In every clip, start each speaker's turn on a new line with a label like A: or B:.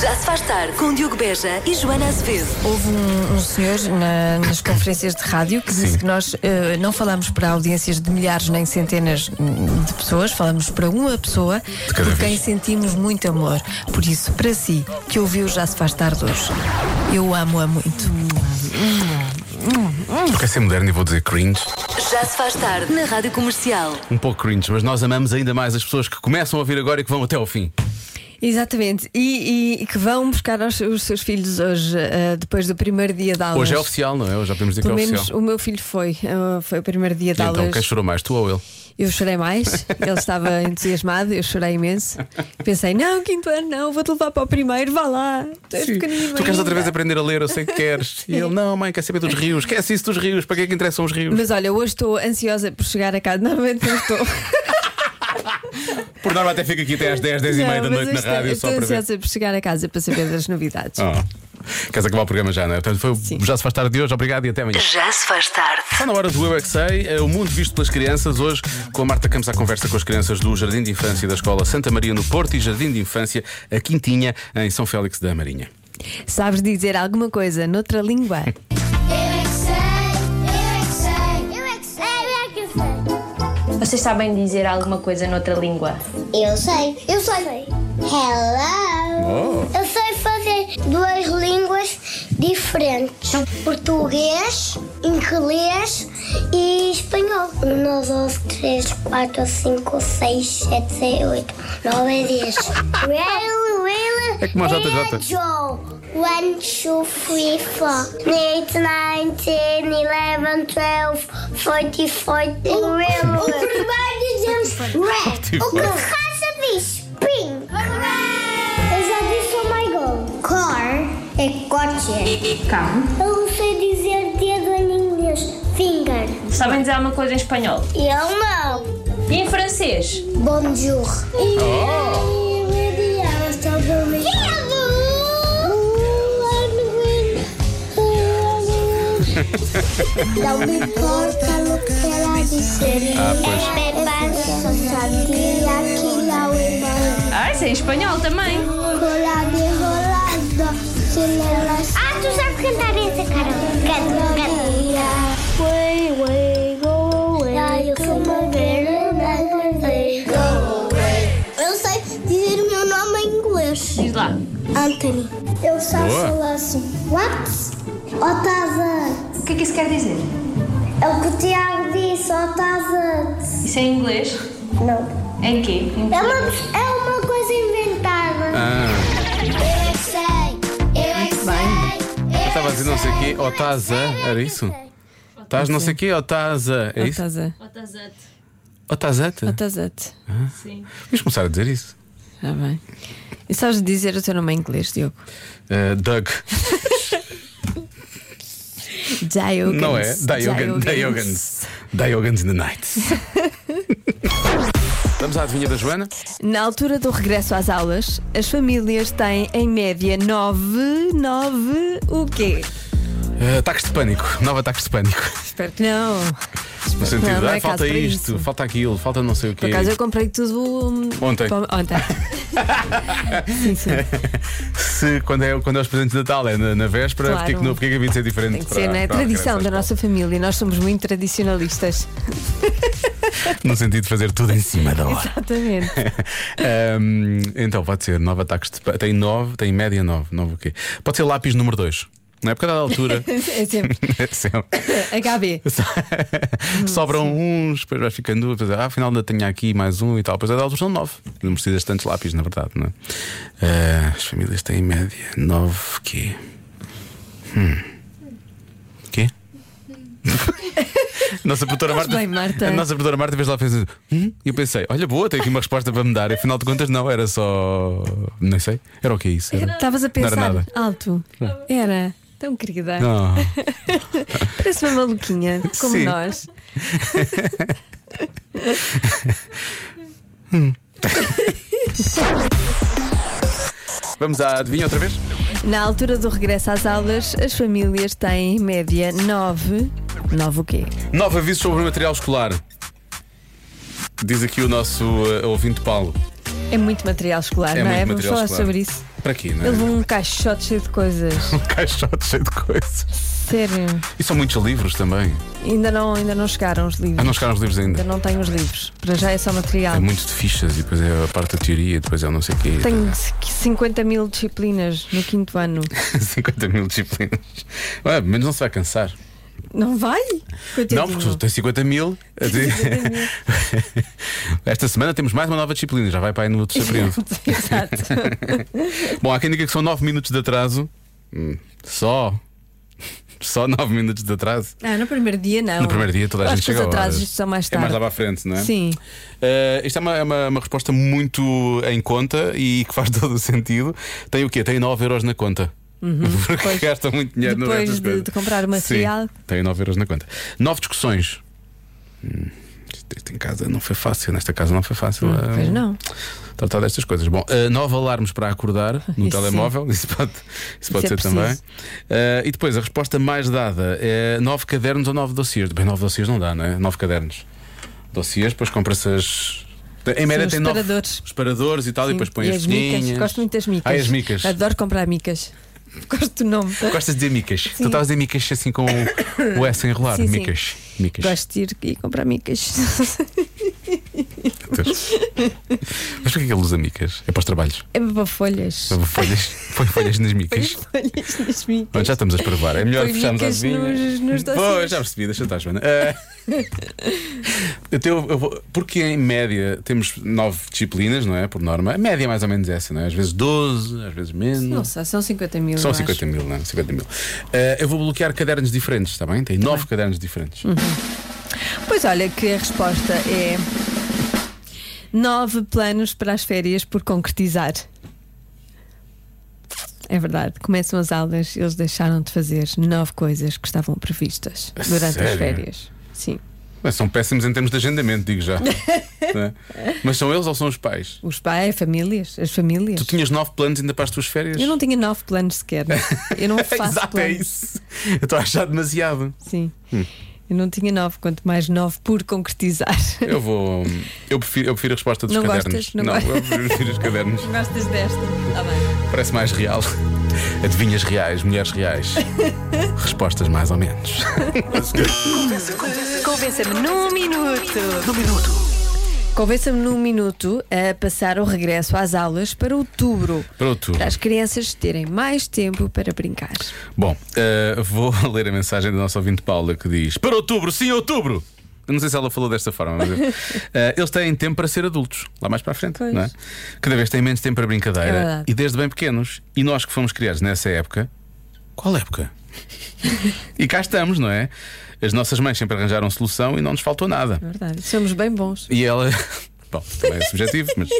A: Já se faz tarde com Diogo Beja e Joana Azevedo.
B: Houve um, um senhor na- nas conferências de rádio que disse que nós eh, não falamos para audiências de milhares nem centenas hum, de pessoas, falamos para uma pessoa por
C: cada vez.
B: quem sentimos muito amor. Por isso, para si, que ouviu Já se faz tarde hoje, eu amo-a muito.
C: Quer é ser moderno e vou dizer cringe.
A: Já se faz tarde na Rádio Comercial.
C: Um pouco cringe, mas nós amamos ainda mais as pessoas que começam a ouvir agora e que vão até ao fim.
B: Exatamente, e, e- e que vão buscar os, os seus filhos hoje, eh, depois do primeiro dia de aulas.
C: Hoje é oficial, não é? Hoje já podemos dizer
B: Pelo
C: que é
B: menos
C: oficial.
B: o meu filho foi, eh, foi o primeiro dia de
C: E
B: aulas.
C: Então, quem chorou mais, tu ou ele?
B: Eu chorei mais, ele estava entusiasmado, eu chorei imenso. Pensei, não, quinto ano, não, vou-te levar para o primeiro, vá lá, tu és pequenino.
C: Tu queres outra vez
B: ainda."
C: aprender a ler, eu sei que queres. E ele, não, mãe, quer saber dos rios. Esquece isso dos rios, para que é que interessam os rios?
B: Mas olha, hoje estou ansiosa por chegar a casa, normalmente não estou.
C: Por norma até fica aqui até às 10, 10 e meia da
B: Não, mas
C: noite na
B: hoje estou-
C: rádio,
B: estou
C: só para ver.
B: ansiosa por chegar a casa para saber das novidades.
C: Ah. Queres acabar o programa já, não é? Portanto, foi, o já se faz tarde de hoje, obrigado e até amanhã.
A: Já se faz tarde.
C: Está na hora do Eu é Que Sei, é o mundo visto pelas crianças. Hoje, com a Marta Campos à conversa com as crianças do Jardim de Infância da Escola Santa Maria no Porto e Jardim de Infância, a Quintinha, em São Félix da Marinha.
B: Sabes dizer alguma coisa noutra língua?
D: Eu é que sei, eu é que sei, eu é que sei, eu é que sei.
E: Vocês sabem dizer alguma coisa noutra língua?
D: Eu sei, eu sei. Hello! Eu sei fazer duas línguas diferentes: português, inglês e espanhol. Um, dois, dois, três, quatro, cinco, seis, sete, seis, oito, nove, dez. Will, will,
C: É como a JJ.
D: Joe. One, two, three, four. Eight, nine, ten, eleven, twelve, forty, forty. O primeiro dizemos red.
C: O que
D: raça diz pink. Eu já disse oh my god. Car é coche.
E: Cão.
D: Eu não sei dizer dedo em inglês. Finger.
E: Sabem dizer alguma coisa em espanhol?
D: Eu não.
E: E em francês?
D: Bonjour. Não me importa o que ela disser. Ah, pois. Sabia que não é
E: Ah, isso é em espanhol também.
D: Rolando e rolando. Ah, tu sabes cantar essa, cara. Canta, canta. Way, way, go away. Now you come again another day. Go away. Eu sei dizer o meu nome em inglês.
E: Diz lá.
D: Anthony. Eu só
C: Boa.
D: falar assim. What? Otávio.
E: O que é que isso quer dizer?
D: É o que o Tiago disse, Otávio.
E: Isso é em inglês?
D: Não.
E: Em quê? Em-
D: É uma, é uma coisa inventada.
C: Ah,
D: Eu é que sei. Eu é que sei. Eu é
C: Estava a dizer não sei o quê, Otasa, era isso? Estás não sei o quê, Otasa.
B: Então
C: É isso?
B: Otazate.
C: Otazata?
B: Otazate.
C: Vamos começar a dizer isso.
B: Está bem. E sabes dizer o teu nome em inglês, Diogo?
C: Eh, Doug.
B: Diogans.
C: Não é? Diogans. Diogans. Diogans in the night. Vamos à adivinha da Joana?
B: Na altura do regresso às aulas, as famílias têm em média 9, 9 o quê?
C: Eh, ataques de pânico. Nove ataques de pânico.
B: Espero que não.
C: No sentido,
B: Não, não é
C: ai,
B: caso
C: falta
B: para
C: isto,
B: isso.
C: falta aquilo, falta não sei o quê.
B: Por acaso eu comprei tudo hum,
C: Ontem.
B: pa- Ontem. sim, sim.
C: Se quando é, quando é os presentes de Natal, é na, na véspera,
B: Claro.
C: porque, é que não, porque é que havia de ser diferente?
B: Tem que ser, não é?
C: para a
B: Tradição
C: criança?
B: da nossa família. Nós somos muito tradicionalistas.
C: No sentido de fazer tudo em cima da hora.
B: Exatamente.
C: Ahm, então, pode ser nove ataques de pa- Tem nove, tem média nove, nove o quê? Pode ser lápis número dois. Não é? Porque a dada altura.
B: É sempre.
C: sempre-
B: HB.
C: so- Sobram uns, depois vai ficando depois, ah, afinal ainda tenho aqui mais um e tal. Depois a dada altura são nove. Não precisas de tantos lápis, na verdade, não é? Ah, as famílias têm em média nove quê? Hum. Quê? Nossa produtora Marta,
B: bem, Marta.
C: A nossa produtora Marta fez lá fez assim, hum? e eu pensei, olha boa, tenho aqui uma resposta para me dar. Afinal de contas, não, era só. Não sei, era o que é isso? Era-
B: Estavas a
C: Não era
B: pensar
C: nada.
B: alto. Era. Tão querida.
C: Não.
B: Parece uma maluquinha, como
C: Sim.
B: nós.
C: Vamos à adivinha outra vez?
B: Na altura do regresso às aulas, as famílias têm em média 9. 9 o quê?
C: Nove avisos sobre o material escolar. Diz aqui o nosso eh, ouvinte Paulo.
B: É muito material escolar,
C: É
B: não é?
C: muito
B: Vamos
C: É material
B: é? falar
C: escolar.
B: sobre isso.
C: Para aqui, não
B: Ele
C: é?
B: levou um caixote cheio de coisas.
C: Um caixote cheio de coisas.
B: Sério.
C: E são muitos livros também.
B: Ainda não, ainda não chegaram os livros.
C: Ah, não chegaram os livros ainda.
B: Ainda não tenho os livros. Para já é só material.
C: É muitos de fichas e depois é a parte da teoria, e depois é o não sei o quê.
B: Tenho 50 mil disciplinas no quinto ano.
C: 50 mil disciplinas. Ué, pelo menos não se vai cansar.
B: Não vai?
C: Não, porque tu
B: Coitadinho.
C: tens 50 mil. eh, Esta semana temos mais uma nova disciplina, já vai para aí no outro período.
B: Exato.
C: Bom, há quem diga que são 9 minutos de atraso. Hum, Só. Só 9 minutos de atraso.
B: Ah, no primeiro dia não.
C: No primeiro dia toda a
B: Eu
C: gente
B: acho que os
C: chega a
B: atrasos
C: horas.
B: isto são mais
C: É
B: tarde.
C: mais lá para a frente, não é?
B: Sim.
C: Eh, isto é uma, é uma- uma resposta muito em conta e que faz todo o sentido. Tem o quê? Tem 9 euros na conta. Porque
B: Uhum. pois.
C: gasta muito dinheiro no
B: Depois
C: resto das
B: de-
C: coisas.
B: de comprar material.
C: Sim, tem 9 euros na conta. Nove discussões. Hum, isto- isto em casa não foi fácil. Nesta casa não foi fácil. eh,
B: Hum, Pois não.
C: tratar destas coisas. Bom, eh, nove alarmes para acordar no
B: Isso
C: telemóvel, isso pode, isso pode
B: é
C: ser
B: preciso.
C: também. Eh, e depois a resposta mais dada é nove cadernos ou nove dossiers. Bem, nove dossiers não dá, não é? Nove cadernos. Dossiers, depois compra-se as. Em média
B: os
C: tem nove
B: paradores.
C: os paradores e tal, e depois põe
B: e
C: as
B: as micas.
C: folhinhas.
B: Gosto muito das micas.
C: Ah, as micas.
B: Adoro comprar micas. Gosto do nome.
C: Gostas de dizer micas? Tu estavas a dizer micas assim com o, o S a enrolar.
B: Sim, sim.
C: micas. Micas.
B: Gosto de ir e comprar micas.
C: Então. Mas porquê que ele usa micas? É para os trabalhos.
B: É para folhas.
C: Põe folhas, põe folhas nas micas.
B: Folhas nas
C: Pronto,
B: micas.
C: já estamos a espravar. É melhor
B: Foi
C: fecharmos a
B: dicas nos- nos dossiers.
C: Pois, já percebi, deixa eu estar, Joana. Eh, eu tenho- eu vou- porque em média temos nove disciplinas, não é? Por norma. A média é mais ou menos essa, não é? Às vezes 12, às vezes menos.
B: Não sei, são 50 mil.
C: São
B: eu acho.
C: 50 mil, não é? 50 mil. Eh, eu vou bloquear cadernos diferentes, está bem? Tem
B: Tá
C: nove cadernos diferentes.
B: Hum. Pois olha, que a resposta é. Nove planos para as férias por concretizar. É verdade, começam as aulas, eles deixaram de fazer nove coisas que estavam previstas
C: A
B: durante as
C: sério?
B: férias. Sim,
C: Mas são péssimos em termos de agendamento, digo já. Não é? Mas são eles ou são os pais?
B: os pais, famílias, as
C: Tu
B: famílias.
C: tinhas nove planos ainda para as tuas férias?
B: Eu não tinha nove planos sequer. Eu não faço
C: Exato, é
B: planos.
C: isso. Eu estou a achar demasiado.
B: Sim. Eu não tinha nove, quanto mais nove por concretizar.
C: Eu vou. Eu prefiro, eu prefiro a resposta dos
B: Não
C: cadernos.
B: gostas? Não
C: não
B: go-
C: eu prefiro os cadernos.
B: Gostas desta? Está bem.
C: Parece mais real. Adivinhas reais, mulheres reais. Respostas mais ou menos.
B: Convença-me num minuto. Num minuto. Convença-me num minuto a passar o regresso às aulas para outubro.
C: Para outubro.
B: Para as crianças terem mais tempo para brincar.
C: Bom, eh, vou ler a mensagem da nossa ouvinte Paula que diz: Para outubro, sim, outubro! Eu Não sei se ela falou desta forma, mas eu- Eh, eles têm tempo para ser adultos, lá mais para a frente,
B: Pois.
C: não é? Cada vez têm menos tempo para
B: É
C: brincadeira
B: verdade.
C: e desde bem pequenos. E nós que fomos criados nessa época, qual época? e cá estamos, não é? As nossas mães sempre arranjaram solução e não nos faltou nada.
B: É verdade. Somos bem bons.
C: E ela. Bom, também é subjetivo, mas.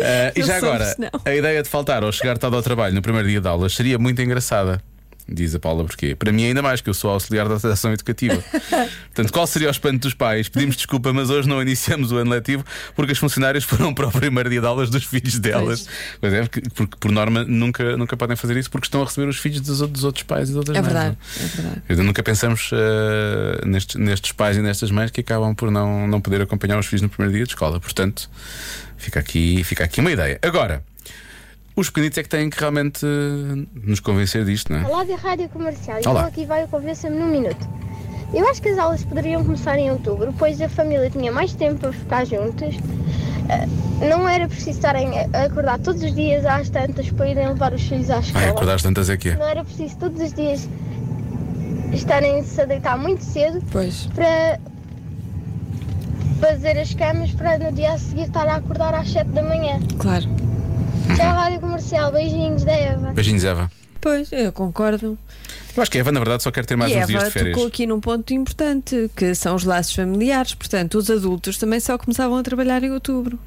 C: Ah, e
B: Não
C: já
B: somos,
C: agora,
B: não.
C: a ideia de faltar ou chegar tarde ao trabalho no primeiro dia de aulas seria muito engraçada. Diz a Paula porquê. Para mim, é ainda mais, que eu sou auxiliar da associação educativa. Portanto, qual seria o espanto dos pais? Pedimos desculpa, mas hoje não iniciamos o ano letivo porque as funcionárias foram para o primeiro dia de aulas dos filhos delas. Pois é, porque, porque, por norma nunca, nunca podem fazer isso porque estão a receber os filhos dos, outros- dos outros pais e de outras
B: É
C: mães, não
B: verdade. É verdade.
C: Quer dizer, Nunca pensamos eh, nestes, nestes pais e nestas mães que acabam por não, não poder acompanhar os filhos no primeiro dia de escola. Portanto, fica aqui, fica aqui uma ideia. Agora, os pequenitos é que têm que realmente eh, nos convencer disto, não é?
F: Olá da Rádio Comercial,
C: Olá.
F: então aqui vai o Convença-me num Minuto. Eu acho que as aulas poderiam começar em outubro, pois a família tinha mais tempo para ficar juntas. Ah, Não era preciso estarem a acordar todos os dias às tantas para irem levar os filhos à
C: Ai, acordar
F: escola.
C: às tantas é que é.
F: Não era preciso todos os dias estarem-se a deitar muito cedo
B: Pois.
F: para fazer as camas para no dia a seguir estar a acordar às 7 da manhã.
B: Claro.
F: Tchau, Rádio Comercial, beijinhos da Eva.
C: Beijinhos, Eva.
B: Pois, eu concordo.
C: Eu acho que a Eva, na verdade, só quer ter mais
B: e
C: uns dias
B: Eva
C: de férias.
B: tocou aqui num ponto importante, que são os laços familiares. Portanto, os adultos também só começavam a trabalhar em outubro.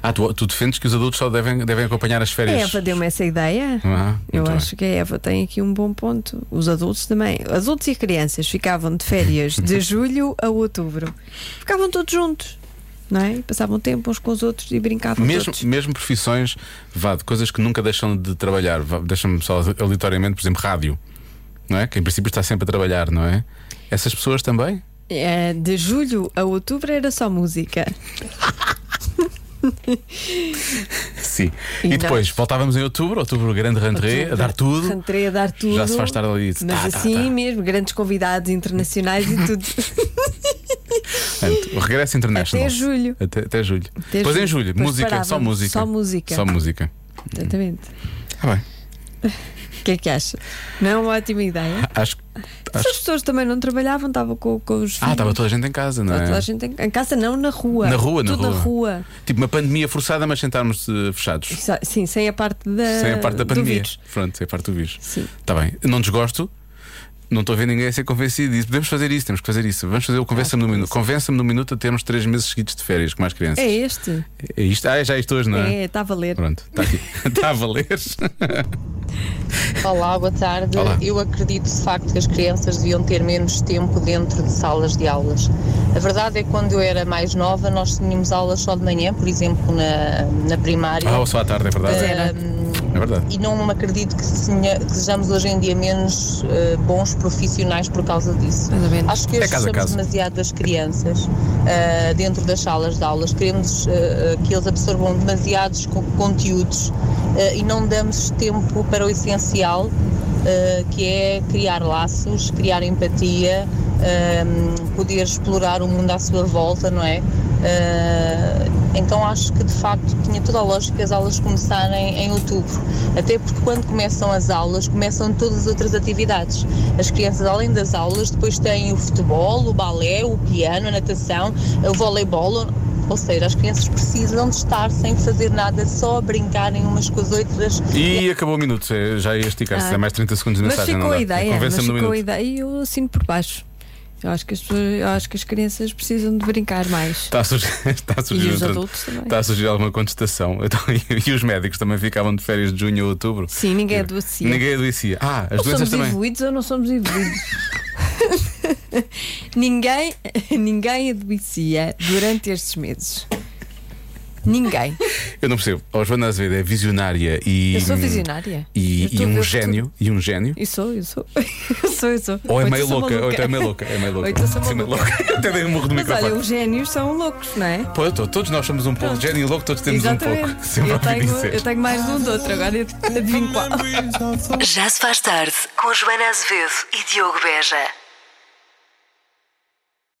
C: Ah, tu, tu defendes que os adultos só devem, devem acompanhar as
B: A
C: férias.
B: Eva deu-me essa ideia.
C: Ah,
B: Eu
C: muito bem.
B: acho que a Eva tem aqui um bom ponto. Os adultos também. Adultos e crianças ficavam de férias de julho a outubro. Ficavam todos juntos, não é? E Passavam tempo uns com os outros e brincavam
C: Mesmo,
B: todos.
C: mesmo profissões, vá, de coisas que nunca deixam de trabalhar, vá, deixa-me só aleatoriamente, por exemplo, rádio, não é? Que em princípio está sempre a trabalhar, não é? Essas pessoas também?
B: É, de julho a outubro era só música.
C: Sim. E
B: Ainda.
C: depois voltávamos em outubro, outubro grande rentrée, É, a dar tudo.
B: Rentrei a dar tudo.
C: Já se faz tarde ali.
B: Mas
C: Tá, tá,
B: assim
C: tá.
B: mesmo, grandes convidados internacionais e tudo.
C: Portanto, o regresso international.
B: Até julho.
C: Até, até julho.
B: Até
C: depois em
B: julho.
C: julho,
B: Depois
C: música, só
B: parávamos.
C: música.
B: Só música.
C: Só música.
B: Exatamente.
C: Está bem.
B: O que é que acha? Não é uma ótima ideia?
C: Ah, Acho que.
B: Se as pessoas também não trabalhavam, estava com, com os filhos.
C: Ah, estava toda a gente em casa, não é?
B: Toda a gente em, em casa, não, na rua.
C: Na rua, na
B: Tudo na
C: rua.
B: rua.
C: Tipo uma pandemia forçada, mas sentarmos eh, fechados.
B: Só- Sim, sem a parte da,
C: Sem a parte da
B: Ah, do
C: pandemia.
B: vírus.
C: Pronto, sem a parte do vírus.
B: Sim.
C: Está bem. Não desgosto. Não estou a ver ninguém a ser convencido disso. Podemos fazer isso, temos que fazer isso. Vamos fazer o
B: Ah,
C: Convença-me no Minuto. Convença-me no Minuto a termos três meses seguidos de férias com mais crianças.
B: É este?
C: É isto? Ah, é já isto hoje, não é?
B: É, está a valer.
C: Pronto, está aqui. Está a valer.
G: Olá, boa tarde.
C: Olá.
G: Eu acredito de facto que as crianças deviam ter menos tempo dentro de salas de aulas. A verdade é que quando eu era mais nova, nós tínhamos aulas só de manhã, por exemplo, na, na primária.
C: Ah, ou só à tarde, é verdade.
G: Ahm,
C: É verdade.
G: e não me acredito que, senha- que sejamos hoje em dia menos eh, bons profissionais por causa disso.
B: Mais ou menos.
G: Acho que
C: É
G: hoje
C: caso a
G: somos
C: caso.
G: demasiado das crianças eh, dentro das salas de aulas. Queremos eh, que eles absorvam demasiados co- conteúdos eh, e não damos tempo para o essencial, eh, que é criar laços, criar empatia, eh, poder explorar o mundo à sua volta, não é? Eh, então acho que de facto tinha toda a lógica as aulas começarem em outubro, até porque quando começam as aulas, começam todas as outras atividades. As crianças, além das aulas, depois têm o futebol, o balé, o piano, a natação, o voleibol. Ou seja, as crianças precisam de estar sem fazer nada, só a brincarem umas com as outras.
C: E acabou o minuto. É, Já ia esticar-se.
B: Ah.
C: É mais 30 segundos de
B: Mas
C: mensagem.
B: ficou
C: não dá.
B: a
C: É
B: ideia, mas
C: Convença-me no
B: ficou a
C: um Minuto.
B: ideia e eu assino por baixo. Eu acho que as, pessoas, eu acho que as crianças precisam de brincar mais.
C: Está a surgir, está a surgir
B: E os
C: outra-
B: adultos também.
C: Está a surgir alguma contestação. Então, e, e os médicos também ficavam de férias de junho a outubro?
B: Sim, ninguém é adoecia.
C: Ninguém adoecia. Ah, as
B: Ou
C: doenças
B: somos
C: também.
B: evoluídos ou não somos evoluídos. ninguém, ninguém adoecia durante estes meses. Ninguém.
C: Eu não percebo. A Joana Azevedo é visionária e.
B: Eu sou visionária. Eu
C: E,
B: estou
C: e
B: a ver
C: um
B: o
C: gênio. E um gênio.
B: Eu sou, eu sou. Eu sou, eu sou.
C: Ou é
B: Oito
C: meio
B: sou
C: louca, ou
B: maluca.
C: então é meio louca, é meio louca.
B: Oito sou
C: Sim, meio
B: maluca.
C: louca. Até dei um murro do
B: Mas olha,
C: microfone.
B: os génios são loucos, não é?
C: Pô, eu tô- todos nós somos um pouco.
B: Pronto.
C: Gênio e louco, todos temos um pouco. Sempre
B: eu,
C: ouvi
B: tenho,
C: dizer.
B: eu tenho mais de um do outro, agora
C: um
B: eu adivinho qual.
A: Já se faz tarde com Joana Azevedo e Diogo Beja.